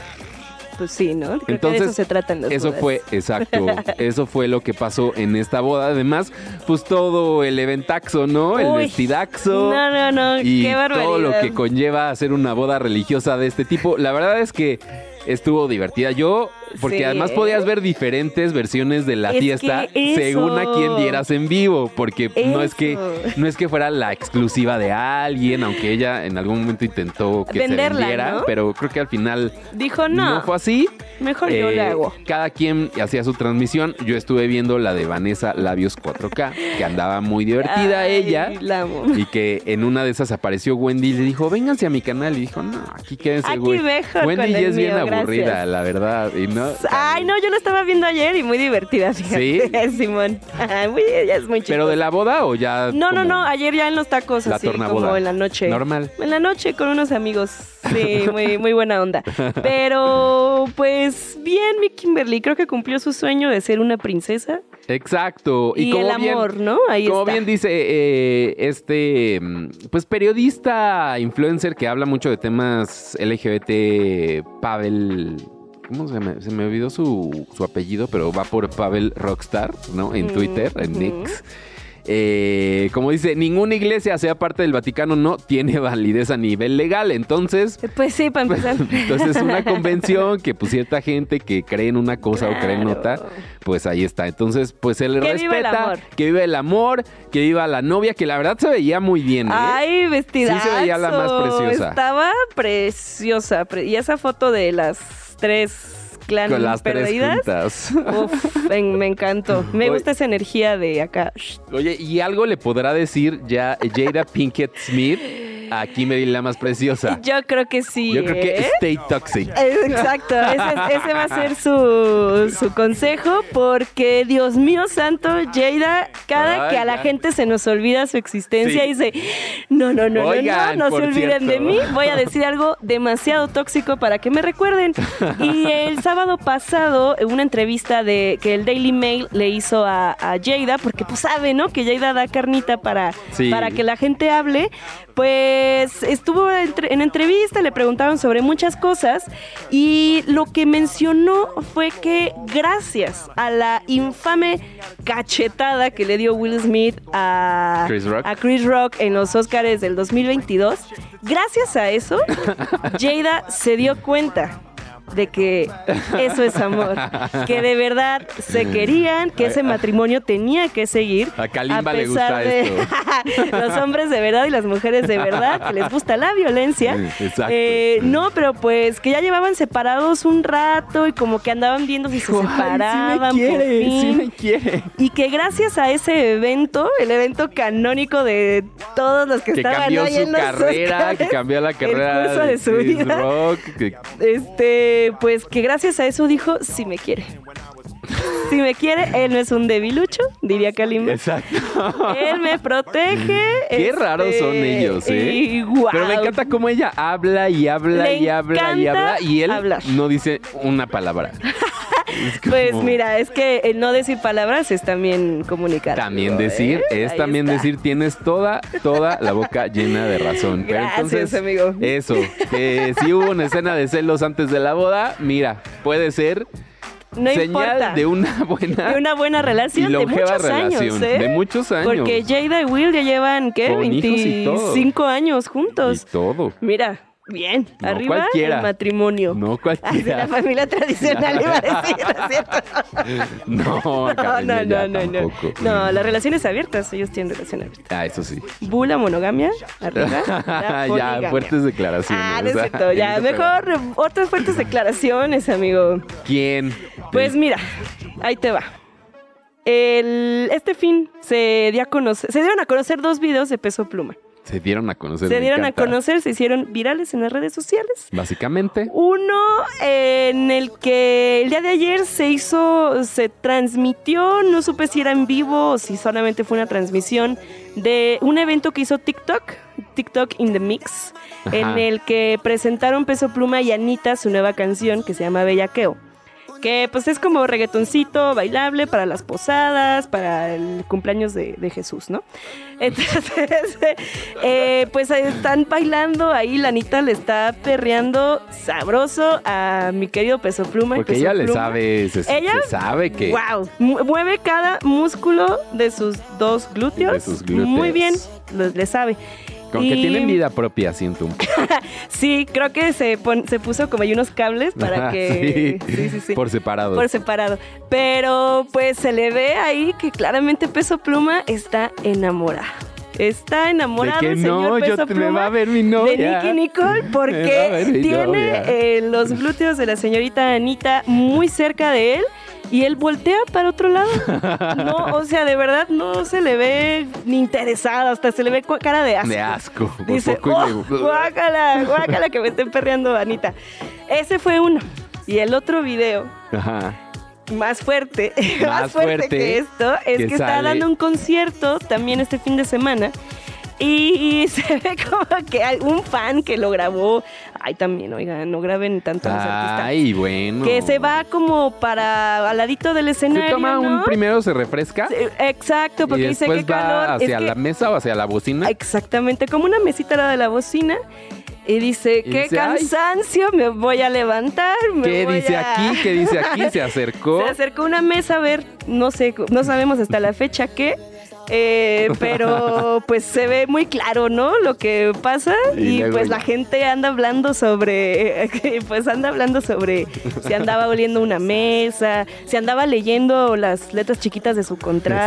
Pues sí, ¿no? Creo que
Entonces,
de eso se tratan las
Eso
bodas.
fue,
[laughs]
exacto, eso fue lo que pasó en esta boda. Además, pues todo el eventaxo, ¿no? El
Uy,
vestidaxo.
No, no, [laughs] no,
y
qué barbaridad.
todo lo que conlleva hacer una boda religiosa de este tipo. La verdad es que estuvo divertida. Yo, porque
Sí,
además
¿eh?
podías ver diferentes versiones de la
Es que
fiesta
eso.
según a quien dieras en vivo, porque no es que
Eso.
no es que fuera la exclusiva de alguien, aunque ella en algún momento intentó que
Venderla,
se vendiera,
¿no?
pero creo que al final
Dijo,
no,
no,
fue así.
mejor yo
Eh,
le hago.
Cada quien hacía su transmisión. Yo estuve viendo la de Vanessa Labios 4K, que andaba muy divertida
Ay,
ella.
La amo.
Y que en una de esas apareció Wendy y le dijo, vénganse a mi canal. Y dijo, no, aquí quédense,
Aquí
güey.
mejor
Wendy
con
ya
el
es bien
mío,
aburrida,
gracias.
la verdad.
[laughs]
Y no,
Ay, no, yo la estaba viendo ayer y muy divertida, fíjate, [laughs] Simón. Ay, muy- ella es muy chistosa.
¿Pero de la boda o ya?
No, no,
como
no, ayer ya en los tacos,
La
así
tornaboda.
como en la noche.
Normal.
En la noche con unos amigos.
[laughs]
Sí, muy, muy buena onda. Pero, pues, bien, mi Kimberly. Creo que cumplió su sueño de ser una princesa.
Exacto. Y,
Y
como
el
bien-
amor, ¿no? Ahí
como
está.
bien dice eh, este, mm, pues periodista, influencer que habla mucho de temas LGBT, Pavel... ¿Cómo se llama? Se me olvidó su, su apellido, pero va por Pavel Rockstar, ¿no? En
Mm,
Twitter, en
ujú.
Nix. como dice, ninguna iglesia, sea parte del Vaticano, no tiene [laughs] validez a nivel legal. Entonces,
Pues sí,
[laughs]
para empezar.
entonces
[laughs]
es una convención que pues cierta gente que cree en una cosa o cree en
Claro.
otra, pues ahí está. Entonces, pues se le
Que viva el
respeta,
amor.
que vive el amor, que viva la novia, que la verdad se veía muy bien, ¿eh?
Ay, vestida.
Sí se veía la más preciosa.
Estaba preciosa. pre- y esa foto de las tres clan
Con las
perdidas.
tres juntas.
Uf, me, me encantó. Me
Oye.
gusta esa energía de acá. Shh,
Oye, ¿y algo le podrá decir ya Jada Pinkett Smith a Kimberly la más preciosa?
Yo creo que sí.
Ah. Yo creo que
¿eh?
stay toxic.
Eh, Exacto, ese, ese va a ser su, su consejo porque Dios mío santo, Jada, cada
Ay,
que a la
ya.
gente se nos olvida su existencia
Sí.
y dice, no, no, no, no,
Oigan,
no, no
por
se olviden de
cierto.
mí, voy a decir algo demasiado tóxico para que me recuerden. Y el sábado pasado, en una entrevista de que el Daily Mail le hizo a, a Jada, porque pues sabe, ¿no? Que Jada da carnita para,
Sí.
para que la gente hable, pues estuvo entre- en entrevista, le preguntaron sobre muchas cosas y lo que mencionó fue que gracias a la infame cachetada que le dio Will Smith a
Chris Rock.
a Chris Rock en los Oscars del 2022, gracias a eso, Jada se dio cuenta de que eso es amor, que de verdad se querían, que ese matrimonio tenía que seguir.
A Kalimba le gusta esto.
[laughs] los hombres de verdad y las mujeres de verdad, que les gusta la violencia.
Exacto.
Eh, no, pero pues que ya llevaban separados un rato y como que andaban viendo si se
Ay,
separaban.
sí me quiere,
por fin.
sí me quiere.
Y que gracias a ese evento, el evento canónico de todos los que,
Que
estaban
cambió
ahí en
su
los
carrera,
Óscares,
que cambió la carrera
el curso de su
Chris
vida,
Rock, [laughs] que-
este, pues que gracias a eso dijo, si me quiere. Si me quiere, él no es un debilucho, diría Kalimba.
[laughs] Exacto.
Él me protege.
Qué
este,
raros son ellos, ¿eh?
y guau.
Pero me encanta cómo ella habla y habla
Le
y habla y
encanta
habla y él
hablar.
no dice una palabra. Es como-
[laughs] Pues mira, es que el no decir palabras es también comunicar.
También decir,
¿eh?
es
Ahí
también
está.
decir, tienes toda, toda la boca llena de razón. Pero
Gracias,
entonces, eh,
amigo.
Eso, que si hubo una escena de celos antes de la boda, mira, puede ser
No
señal
importa.
de una buena
de una buena
y
relación de
longeva
muchos
relación.
años, ¿eh?
De muchos años.
Porque Jada y Will ya llevan, ¿qué?
Con hijos y todo.
25 años junjuntos.
Y todo.
Mira, bien,
No
arriba
cualquiera.
el matrimonio.
No
Así
cualquiera. [laughs]
la familia tradicional iba a decir, ¿no es cierto?
No,
[laughs] No,
Carmen,
no,
ya
no, no, no.
tampoco.
No, las relaciones abiertas, ellos tienen relación abierta.
Ah, eso sí.
Bula monogamia, arriba. la
[laughs] ya,
poligamia.
fuertes declaraciones.
Ah, no es
o sea,
cierto, ya.
en este ese
Mejor otras
[laughs]
fuertes declaraciones, amigo.
programa. ¿Quién?
Pues mira, ahí te va. El- este fin se, dio a conocer- se dieron a conocer dos videos de peso pluma.
Se dieron a conocer.
Se
me
dieron a
encanta.
conocer, se hicieron virales en las redes sociales.
Básicamente.
Uno eh, en el que el día de ayer se hizo, se transmitió, no supe si era en vivo o si solamente fue una transmisión de un evento que hizo TikTok, TikTok in the Mix,
Ajá.
en el que presentaron Peso Pluma y Anita su nueva canción que se llama Bellaqueo. Que pues es como reggaetoncito bailable para las posadas, para el cumpleaños de, de Jesús, ¿no? Entonces, [laughs] eh, pues ahí están bailando ahí, la Anita le está perreando sabroso a mi querido Peso Pluma. y
Porque
Peso
ella le
Pluma,
sabe. Se, se
Ella-
sabe que.
¡Wow! mu- Mueve cada músculo de sus dos glúteos.
De sus glúteos.
Muy bien, lo- le sabe.
Con que
Y-
tienen vida propia, siento un poco.
Sí, creo que se, pon- se puso como hay unos cables para
[laughs] Ajá,
que... [laughs] sí, sí. sí.
Por separado.
Por separado. Pero pues se le ve ahí que claramente Peso Pluma está enamorada. Está
de
enamorado
que
el señor
no,
Peso
yo te, me va
Pluma
a ver
de
mi novia.
Nicky Nicole
[laughs] Me va a ver
porque
mi novia.
tiene eh, los glúteos de la señorita Anita muy cerca de él y él voltea para otro lado. No,
[laughs]
o sea, de verdad no se le ve ni interesado, hasta se le ve cu- cara de asco.
De asco. Por
Dice,
poco y
oh,
me-
guácala, guácala que me estén perreando Anita. Ese fue uno. Y el otro video
Ajá.
más fuerte, [laughs] más,
Más
fuerte,
fuerte
que esto, es
que
que, está
sale.
dando un concierto también este fin de semana. Y [laughs] se ve como que hay un fan que lo grabó. Ay, también, oigan, no graben tanto a los artistas.
Ay, bueno.
Que se va como para al ladito del escenario.
Se toma un
¿no?
primero, se refresca.
Sí, Exacto, porque
y
dice
después
que
va
calor.
hacia
es que-
la mesa o hacia la bocina.
Exactamente, como una mesita la de la bocina. Y dice,
Y
qué
dice, ay.
cansancio, me voy a levantar. me
¿Qué
voy
dice
a- [laughs]
aquí? ¿Qué dice aquí? Se acercó.
Se acercó una mesa a ver, no sé, no sabemos hasta la fecha qué, eh,
[laughs]
pero pues se ve muy claro, ¿no? Lo que pasa
Y
y,
luego
pues
ya.
la gente anda hablando sobre, [laughs] pues anda hablando sobre si andaba oliendo una mesa, si andaba leyendo las letras chiquitas de su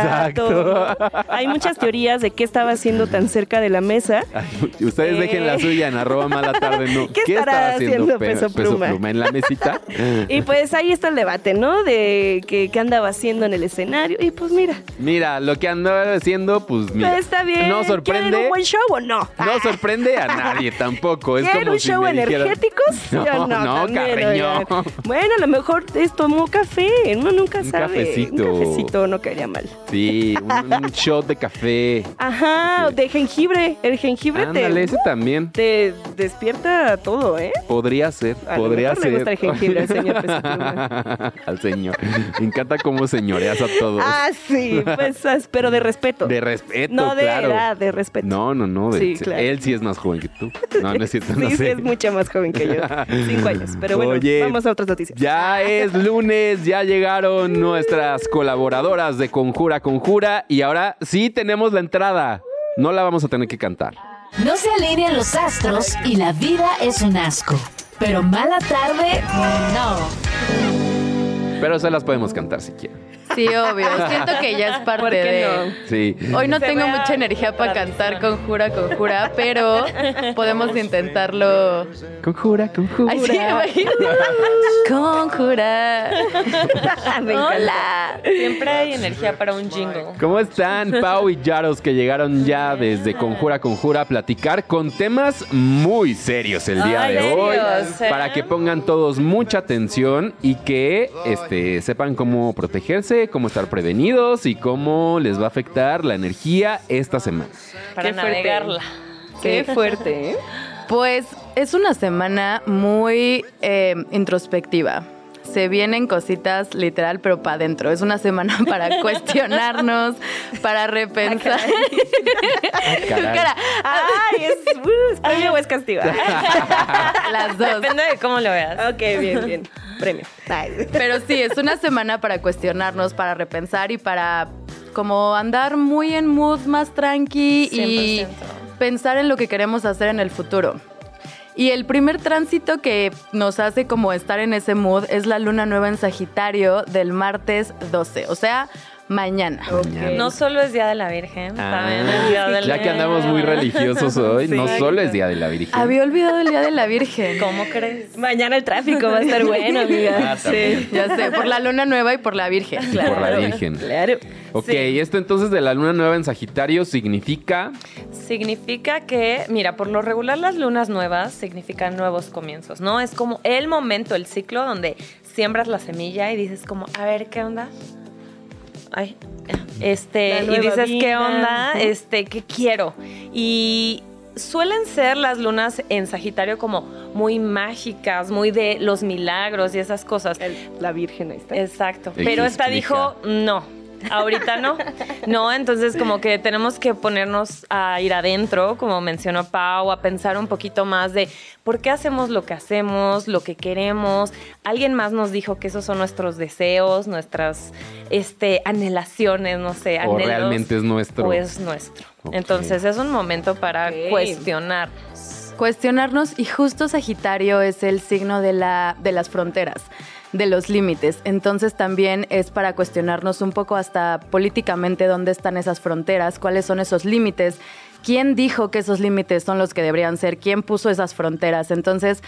contrato.
Exacto.
Hay muchas teorías de qué estaba haciendo tan cerca de la mesa.
Ay, Ustedes
Eh.
dejen la suya en arroba mala tarde. No.
¿Qué estará haciendo
Pe-
Peso Pluma?
en la
[laughs]
mesita?
Y pues ahí está el debate, ¿no? De que- qué andaba haciendo en el escenario. Y pues mira,
Mira, lo que andaba haciendo, pues mira.
Pues está bien. ¿Quieren
No
un
sorprende.
buen show o no?
No sorprende a nadie tampoco. Es
¿Quieren
como
un
si
show
me dijeran-
energéticos? ¿Sí oh, o
[laughs] No, no,
También,
Carreño.
oigan. Bueno, a lo mejor es tomó café. Uno nunca
Un
sabe.
cafecito.
Un cafecito no caería mal.
Sí, un, un shot de café.
Ajá, de jengibre. El jengibre te,
Ándale, ese también.
te despierta todo, ¿eh?
Podría ser,
A lo
podría
mejor
ser.
le gusta el jengibre al
[laughs]
señor Peso Pluma.
Al señor. Me encanta cómo señoreas a todos.
Ah, sí.
[laughs]
Pues, as- pero de respeto.
de respeto,
no de
claro.
edad, de respeto.
No, no, no. de-
Sí, claro.
Él sí es más joven que tú. No, no es cierto, no
[laughs] Sí, sí,
sé.
es mucho más joven que
[laughs]
yo. Cinco años. Pero bueno,
Oye,
vamos a otras noticias.
Ya es lunes, ya llegaron nuestras colaboradoras de Conjura Conjura y ahora sí tenemos la entrada. No la vamos a tener que cantar.
No se alinean los astros y la vida es un asco. pero mala tarde, no.
Pero se las podemos cantar si quieren.
Sí, obvio. Siento que ya es parte
¿Por qué
de.
no?
Sí.
Hoy no
Se
tengo
va
mucha energía para cantar conjura, conjura, pero podemos intentarlo.
Conjura, conjura.
Ay, sí, imagínate. Conjura.
Ah,
Hola.
Siempre hay energía para un jingle.
¿Cómo están
[laughs]
Pau y Jaros que llegaron ya desde Conjura Conjura a platicar con temas muy serios el día
Ay,
de hoy?
serios, ¿eh?
Para que pongan todos mucha atención y que este, sepan cómo protegerse, cómo estar prevenidos y cómo les va a afectar la energía esta semana.
Para
Qué fuerte.
navegarla.
Qué fuerte,
[laughs]
¿eh?
Pues es una semana muy eh, introspectiva. Se vienen cositas literal, pero para adentro. Es una semana [laughs] para cuestionarnos, para repensar.
Ah,
Tu [laughs]
Caray.
cara,
Ay, es, uh, es premio o es castigo.
las dos.
Depende de cómo lo veas.
ok, bien, bien. Premio. Ay.
Pero sí, es una semana para cuestionarnos, para repensar y para como andar muy en mood más tranqui y
100%.
pensar en lo que queremos hacer en el futuro. Y el primer tránsito que nos hace como estar en ese mood es la luna nueva en Sagitario del martes 12, o sea, mañana.
Mañana.
No solo es Día de la
[laughs]
Virgen, también es Día
Ah,
del
ya que andamos muy religiosos
[laughs]
hoy, no solo es Día de la Virgen.
Había olvidado el Día de la Virgen.
¿Cómo crees?
Mañana el tráfico va a estar bueno,
[laughs]
amiga.
Ah, también.
Ya sé, por la luna nueva y por la Virgen.
Por la Virgen.
Claro.
Ok, y esto entonces de la luna nueva en Sagitario significa
Significa que, mira, por lo regular las lunas nuevas significan nuevos comienzos, ¿no? Es como el momento, el ciclo donde siembras la semilla y dices como, a ver, ¿qué onda? Ay,
La
este, y
nueva
dices, ¿qué
vida".
onda? Este, ¿qué quiero? Y suelen ser las lunas en Sagitario como muy mágicas, muy de los milagros y esas cosas.
El- la Virgen, ahí está.
Exacto.
Ex
Pero esta
hija.
dijo, no, ahorita no. No, entonces como que tenemos que ponernos a ir adentro, como mencionó Pau, a pensar un poquito más de por qué hacemos lo que hacemos, lo que queremos. Alguien más nos dijo que esos son nuestros deseos, nuestras este, anhelaciones, no sé,
o
anhelos.
realmente es nuestro.
O es nuestro.
Ok.
Entonces es un momento para
Ok.
cuestionar.
cuestionarnos y justo Sagitario es el signo de, la, de las fronteras, de los límites. Entonces también es para cuestionarnos un poco hasta políticamente dónde están esas fronteras, cuáles son esos límites, quién dijo que esos límites son los que deberían ser, quién puso esas fronteras. Entonces...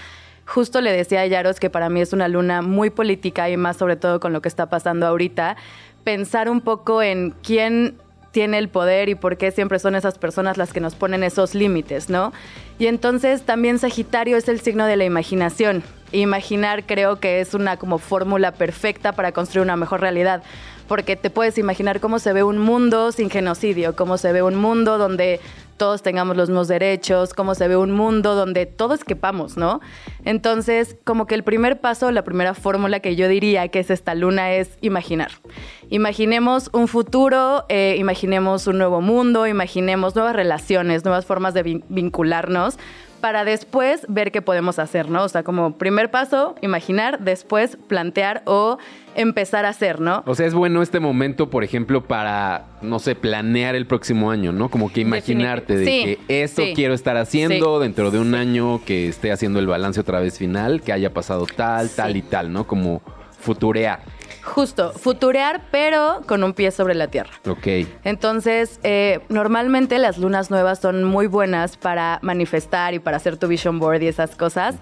Justo le decía a Yaros que para mí es una luna muy política y más sobre todo con lo que está pasando ahorita, pensar un poco en quién tiene el poder y por qué siempre son esas personas las que nos ponen esos límites, ¿no? Y entonces también Sagitario es el signo de la imaginación. Imaginar creo que es una como fórmula perfecta para construir una mejor realidad, porque te puedes imaginar cómo se ve un mundo sin genocidio, cómo se ve un mundo donde todos tengamos los mismos derechos, cómo se ve un mundo donde todos quepamos, ¿no? Entonces, como que el primer paso, la primera fórmula que yo diría que es esta luna es imaginar. Imaginemos un futuro, eh, imaginemos un nuevo mundo, imaginemos nuevas relaciones, nuevas formas de vin- vincularnos para después ver qué podemos hacer, ¿no? O sea, como primer paso, imaginar, después plantear o empezar a hacer, ¿no?
O sea, es bueno este momento, por ejemplo, para, no sé, planear el próximo año, ¿no? Como que imaginarte de
Sí,
que esto
sí.
quiero estar haciendo dentro de un año, que esté haciendo el balance otra vez final, que haya pasado tal, tal y tal, ¿no? Como futurear.
Justo, futurear, pero con un pie sobre la tierra.
Ok.
Entonces, eh, normalmente las lunas nuevas son muy buenas para manifestar y para hacer tu vision board y esas cosas.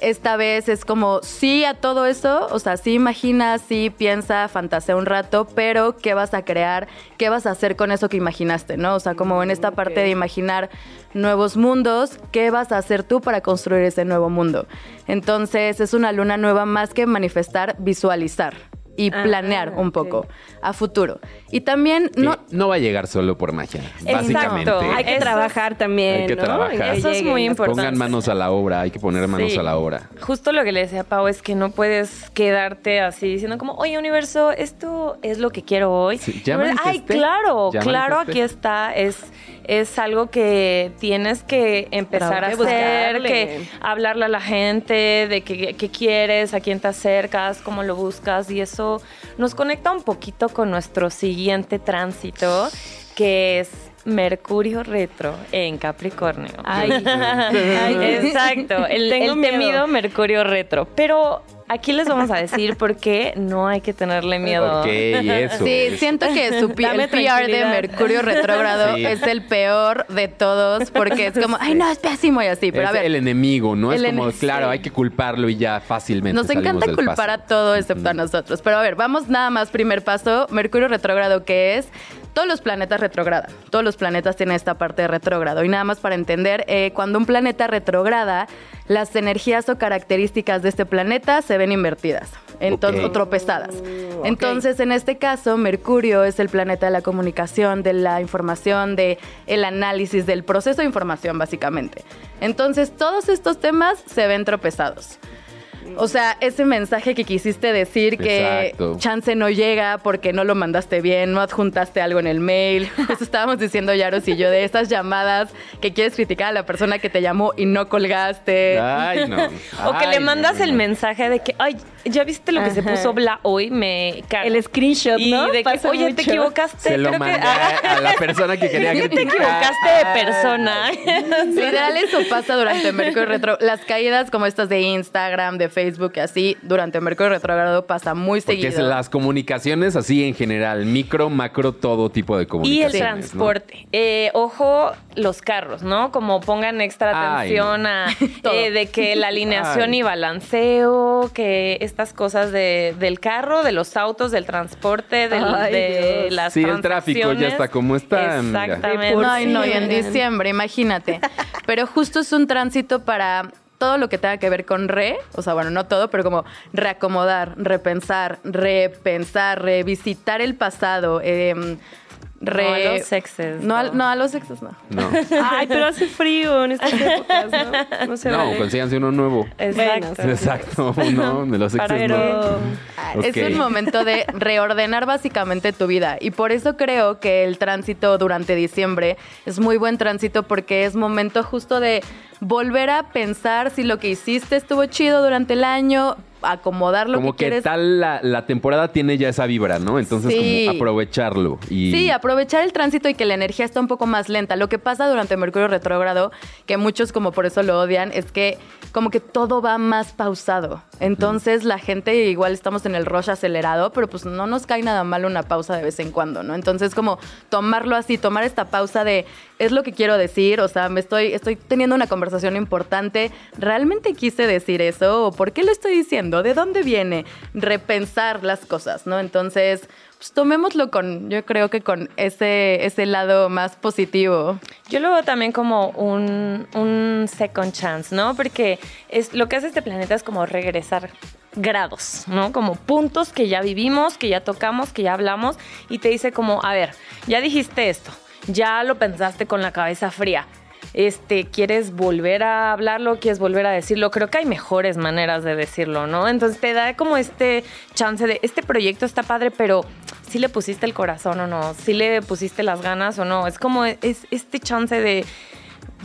Esta vez es como sí a todo eso, o sea, sí imagina, sí piensa, fantasea un rato, pero ¿qué vas a crear? ¿Qué vas a hacer con eso que imaginaste, no? O sea, como en esta
Mm,
parte de imaginar nuevos mundos, ¿qué vas a hacer tú para construir ese nuevo mundo? Entonces, es una luna nueva más que manifestar, visualizar y
Ah,
planear un
ok.
poco a futuro. Y también
Que
no,
No, va a llegar solo por magia,
Exacto.
básicamente.
Hay que
Eso es-
trabajar también,
Hay que
¿no?
trabajar.
En que
Eso es
lleguen
muy
las
importante.
Pongan manos a la obra, hay que poner manos
Sí.
a la obra.
Justo lo que le decía a Pau es que no puedes quedarte así diciendo como, oye universo, esto es lo que quiero hoy.
Sí, ya
Y verdad, Ay,
manifesté,
claro,
ya
claro,
manifesté".
aquí está. Es, es algo que tienes que empezar a
Trabajar,
hacer,
buscarle.
que hablarle a la gente de qué qué quieres, a quién te acercas, cómo lo buscas. Y eso nos conecta un poquito con nuestro siguiente tránsito, que es Mercurio retro en Capricornio.
[laughs]
Ay, ay,
Exacto, el,
Tengo
el
miedo.
temido Mercurio retro. Pero aquí les vamos a decir por qué no hay que tenerle miedo.
Ok, eso.
Sí,
es.
siento que su
[laughs]
pi-
Dame
el PR de
tranquilidad.
Mercurio retrógrado
Sí.
es el peor de todos porque es como, ay, no, es pésimo y así. Pero
Es
a ver,
el enemigo, ¿no? Es
el
como,
ene-
claro,
sí.
hay que culparlo y ya fácilmente.
Nos
salimos
encanta
del
culpar
paso.
a todo excepto a nosotros. Pero a ver, vamos nada más, primer paso, Mercurio retrógrado que es... Todos los planetas retrogradan. Todos los planetas tienen esta parte de retrógrado. Y nada más para entender, eh, cuando un planeta retrograda, las energías o características de este planeta se ven invertidas entonces,
Ok.
o tropezadas. Entonces, en este caso, Mercurio es el planeta de la comunicación, de la información, de el análisis, del proceso de información, básicamente. Entonces, todos estos temas se ven tropezados. O sea, ese mensaje que quisiste decir que
Exacto.
chance no llega porque no lo mandaste bien, no adjuntaste algo en el mail. [laughs] Eso estábamos diciendo Yaros y yo de estas llamadas que quieres criticar a la persona que te llamó y no colgaste.
Ay, no.
O que
Ay,
le
no,
mandas
no,
el
no.
mensaje de que, ay, ¿ya viste lo que se
Ajá.
puso Bla hoy? Me caga.
El screenshot,
Y
¿no?
de que,
Pasa
oye, te
mucho.
equivocaste.
Se lo
creo que-
mandé
[laughs]
a la persona que quería
Creo que [laughs] te
criticar.
equivocaste de persona.
Literal, eso pasa durante Mercurio Retro. Las caídas como estas de Instagram, de Facebook y así, durante Mercurio Retrógrado pasa muy
Porque es
seguido.
las comunicaciones así en general, micro, macro, todo tipo de
[laughs] Y el
comunicaciones. ¿no?
transporte. Eh, ojo, los carros, ¿no? Como pongan extra
Ay,
atención a
[laughs]
Todo.
eh, de que la alineación
Ay.
y balanceo, que estas cosas de, del carro, de los autos, del transporte, del-
Ay,
de
Dios.
las
Sí, el tráfico ya está
transacciones.
como está, amiga.
Exactamente.
por
No, y no, y en
Oigan.
diciembre, imagínate. Pero justo es un tránsito para todo lo que tenga que ver con re, o sea, bueno, no todo, pero como reacomodar, repensar, repensar, revisitar el pasado. em, re-
No a los sexes,
No, al-
no.
no, a los sexos, no.
[laughs]
No,
Ay, pero hace frío en [laughs] estas épocas, ¿no? No se
no pues,
vale.
consíganse uno nuevo.
Exacto.
Bueno,
Exacto,
[laughs]
uno de los exes
Pero-
no.
oh, ah,
Ok.
Ah, Es un momento de reordenar básicamente tu vida y por eso creo que el tránsito durante diciembre es muy buen tránsito porque es momento justo de volver a pensar si lo que hiciste estuvo chido durante el año, acomodar lo
Como que,
que quieres.
tal la, la temporada tiene ya esa vibra, ¿no? Entonces,
Sí.
como aprovecharlo. Y
Sí, aprovechar el tránsito y que la energía está un poco más lenta. Lo que pasa durante Mercurio retrógrado, que muchos como por eso lo odian, es que como que todo va más pausado. Entonces la gente igual estamos en el rush acelerado, pero pues no nos cae nada mal una pausa de vez en cuando, ¿no? Entonces como tomarlo así, tomar esta pausa de es lo que quiero decir, o sea, me estoy estoy teniendo una conversación importante, realmente quise decir eso o por qué lo estoy diciendo, de dónde viene, repensar las cosas, ¿no? Entonces pues tomémoslo con, yo creo que con ese, ese lado más positivo.
Yo lo veo también como un, un second chance, ¿no? Porque es, lo que hace este planeta es como regresar grados, ¿no? Como puntos que ya vivimos, que ya tocamos, que ya hablamos, y te dice como, a ver, ya dijiste esto, ya lo pensaste con la cabeza fría. Este, ¿quieres volver a hablarlo? ¿Quieres volver a decirlo? Creo que hay mejores maneras de decirlo, ¿no? Entonces te da como este chance de, este proyecto está padre, pero si le pusiste el corazón o no, si le pusiste las ganas o no. Es como es este chance de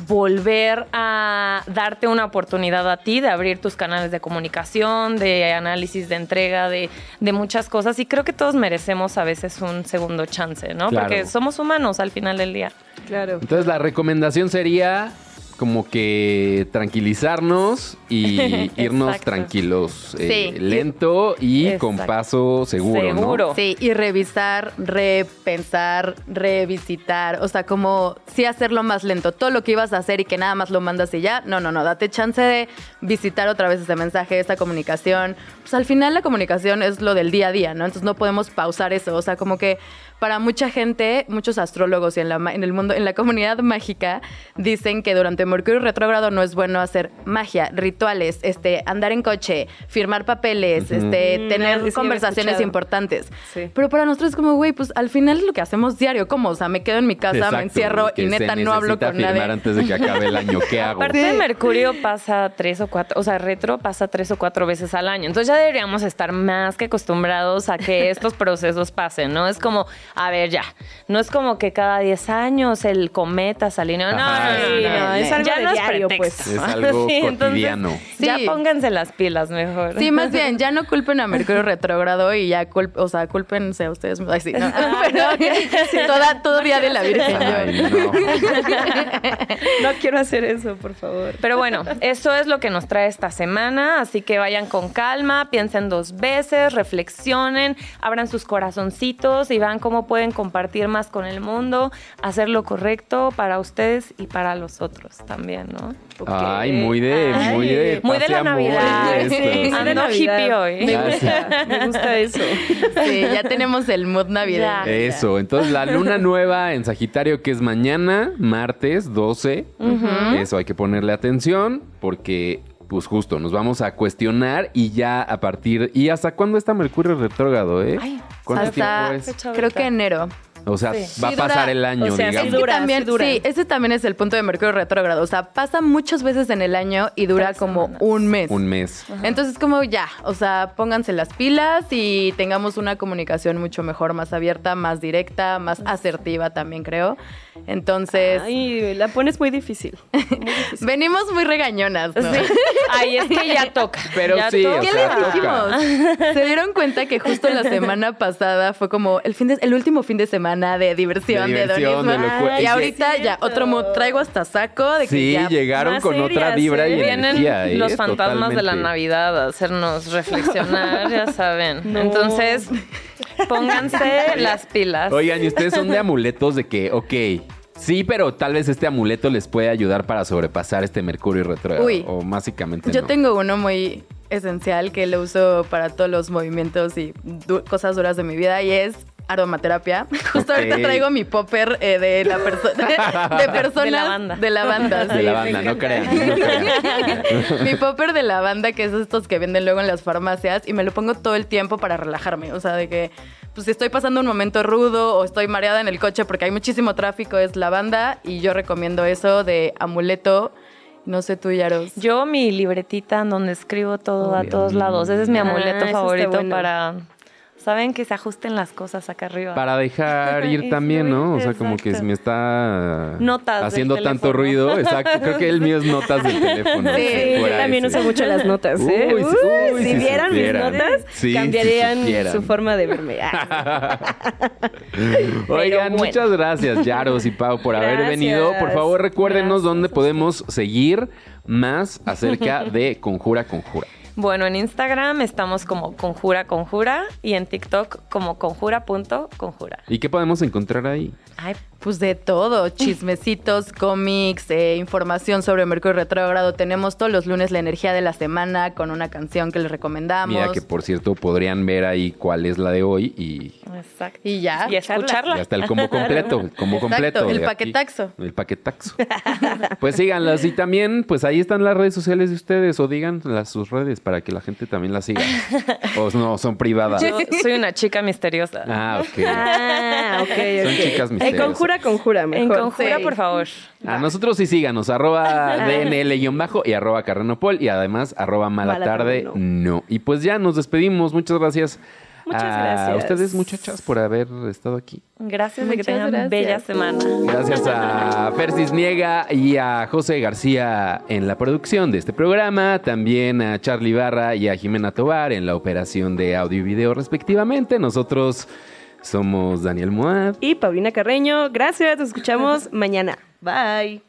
volver a darte una oportunidad a ti, de abrir tus canales de comunicación, de análisis de entrega, de, de muchas cosas. Y creo que todos merecemos a veces un segundo chance, ¿no?
Claro.
Porque somos humanos al final del día.
Claro.
Entonces la recomendación sería como que tranquilizarnos
[laughs]
y irnos
Exacto.
tranquilos, eh,
Sí.
lento y
Exacto.
con paso seguro, ¿no?
Seguro.
Sí, y revisar, repensar, revisitar, o sea, como sí hacerlo más lento. Todo lo que ibas a hacer y que nada más lo mandas y ya, no, no, no, date chance de visitar otra vez ese mensaje, esa comunicación. Pues al final la comunicación es lo del día a día, ¿no? Entonces no podemos pausar eso, o sea, como que para mucha gente, muchos astrólogos y en, la, ma- en el mundo, en la comunidad mágica, dicen que durante Mercurio retrógrado no es bueno hacer magia, rituales, este, andar en coche, firmar papeles,
Ujú.
este,
Mm,
tener
sí había
conversaciones
escuchado.
importantes.
Sí.
Pero para nosotros es como, güey, pues al final es lo que hacemos diario. ¿Cómo? O sea, me quedo en mi casa,
Exacto,
me encierro
que
y
se
neta no hablo
necesita
con
firmar
nadie.
antes de que acabe el año.
[laughs]
¿Qué hago?
Aparte de Mercurio pasa tres o cuatro, o sea, retro pasa tres o cuatro
[laughs]
veces al año. Entonces ya deberíamos estar más que acostumbrados a que estos procesos pasen, ¿no? Es como, a ver, ya. No es como que cada 10 años el cometa salió. No, no,
Ajá,
no, no,
sí,
no,
no,
es
no.
algo
Ya
de
no es
diario,
pretexto.
[laughs] pues.
Es algo
entonces,
cotidiano.
Ya
Sí.
pónganse las pilas mejor.
Sí, más bien, ya no culpen a Mercurio retrógrado y ya, culp o sea, culpense a ustedes. mismos. Ay,
[laughs]
sí, no. [laughs]
Ah,
Pero, toda, todo día de la Virgen. yo.
Ay, no.
[laughs]
No quiero hacer eso, por favor.
Pero bueno, eso es lo que nos trae esta semana, así que vayan con calma, piensen dos veces, reflexionen, abran sus corazoncitos y vean cómo pueden compartir más con el mundo, hacer lo correcto para ustedes y para los otros también, ¿no?
Ay, muy de, muy de,
Muy de la
pase amor,
[laughs]
Navidad.
esto,
este, Sí,
sí.
de
Ando
Navidad.
hippie hoy.
Me
este, Ya
gusta, me gusta eso.
Sí, ya tenemos el mood navideño.
Ya.
Eso, entonces la luna nueva en Sagitario que es mañana, martes 12. Eso hay que ponerle atención porque pues justo nos vamos a cuestionar y ya a partir y hasta cuándo está Mercurio retrógrado, ¿eh?
Ay,
¿Cuánto
Hasta
tiempo es?
fecha
creo
ahorita.
que enero.
O sea,
sí.
va
Sí,
a pasar
dura-
el año,
o sea, sí
digamos.
Y
dura.
también,
sí dura.
sí, ese también es el punto de Mercurio retrógrado. O sea, pasa muchas veces en el año y dura
Tres
como
semanas.
un mes.
Un mes.
Entonces, como ya, o sea, pónganse las pilas y tengamos una comunicación mucho mejor, más abierta, más directa, más asertiva también, creo. Entonces,
Ay, la pones muy difícil. [laughs]
venimos muy regañonas, ¿no?
Sí. Ay, es que ya toca.
Pero
ya
sí, o
toca.
¿Qué
sea,
le
toca.
dijimos? Se dieron cuenta que justo la semana pasada fue como el fin de, el último fin de semana de diversión,
De
de,
diversión,
hedonismo.
de locura.
y
Es
ahorita ya
cierto.
otro mood. Traigo hasta saco de que
Sí,
ya-
llegaron
más
con otra
serias,
vibra
¿eh?
y
Vienen
energía, ¿eh?
los fantasmas de la
Totalmente.
Navidad a hacernos reflexionar, ya saben.
No.
Entonces,
[laughs]
pónganse las pilas.
Oigan, y ustedes son de amuletos de que, ok, sí, pero tal vez este amuleto les puede ayudar para sobrepasar este Mercurio retrógrado.
Uy.
o básicamente
Yo
no.
tengo uno muy esencial que lo uso para todos los movimientos y du- cosas duras de mi vida y es aromaterapia. [laughs] Justo
Ok.
ahorita traigo mi popper eh, de la perso- [laughs] de, de personas
De la banda.
de la banda,
De
sí.
la banda, no crean. no
[laughs]
crean.
[laughs] Mi popper de lavanda, que es estos que venden luego en las farmacias, y me lo pongo todo el tiempo para relajarme. O sea, de que, pues si estoy pasando un momento rudo o estoy mareada en el coche porque hay muchísimo tráfico, es lavanda, y yo recomiendo eso de amuleto. No sé tú, Yaros.
[laughs] Yo mi libretita en donde escribo todo a
Obvio.
todos lados. Ese es mi
Ah,
amuleto
eso está
favorito
bueno.
para... Saben que se ajusten las cosas acá arriba.
Para
[laughs]
dejar ir
Y
también, ¿no? O sea,
fluir,
como que
exacto.
me está
Notas del
haciendo tanto
teléfono.
ruido. Exacto. Creo que el mío es notas del teléfono.
Sí,
si
Sí, yo
fuera
también
ese.
uso mucho las notas, ¿eh?
Uy, sí,
Uy,
uy,
si,
si
vieran mis
supieran.
notas,
Sí, si
cambiarían
supieran.
su
[laughs]
forma de verme. Ah,
Oigan,
bueno.
muchas gracias, Yaros y Pau, por haber
Gracias.
venido. Por favor, recuérdenos
Gracias
dónde
a
podemos seguir más
[laughs]
acerca de Conjura Conjura.
Bueno, en Instagram estamos como Conjura Conjura y en TikTok como conjura.conjura.
¿Y qué podemos encontrar ahí?
Ay,
Pues
[laughs]
de todo, chismecitos, cómics, eh, información sobre Mercurio retrógrado. Tenemos todos los lunes la energía de la semana con una canción que les recomendamos.
Mira que por cierto podrían ver ahí cuál es la de hoy y
exacto.
Y ya.
Y escucharla.
ya está el combo completo, el combo
Exacto,
completo.
el
de aquí.
paquetaxo.
El paquetaxo. pues síganlas y también pues ahí están las redes sociales de ustedes o digan las sus redes para que la gente también las siga. o no, son privadas.
Yo soy una chica misteriosa.
Ah, ok.
ah, ok,
Son
ok.
chicas misteriosas.
En conjura, conjura,
en
mejor.
Conjura,
Sí.
por favor.
A nosotros sí síganos, arroba DNL-bajo y arroba Carrenopol y además arroba mala,
Mala
tarde,
tarde,
no.
no.
Y pues ya nos despedimos, muchas gracias.
Muchas
a
gracias.
ustedes muchachas por haber estado aquí.
Gracias de que
Muchas
tengan
gracias.
bella semana.
Gracias a Fer Cisniega y a José García en la producción de este programa, también a Charlie Barra y a Jimena Tobar en la operación de audio y video respectivamente. Nosotros somos Daniel Moad.
Y Paulina Carreño, gracias, nos [laughs] escuchamos mañana. Bye.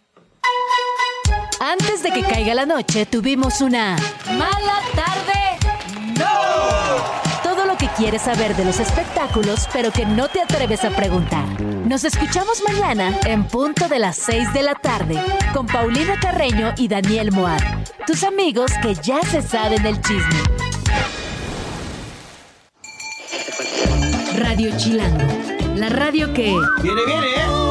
Antes de que caiga la noche tuvimos una mala tarde. No. Todo lo que quieres saber de los espectáculos, pero que no te atreves a preguntar. Nos escuchamos mañana en punto de las 6 de la tarde con Paulina Carreño y Daniel Moab, tus amigos que ya se saben el chisme. Radio Chilango, la radio que
Viene, viene, ¿eh?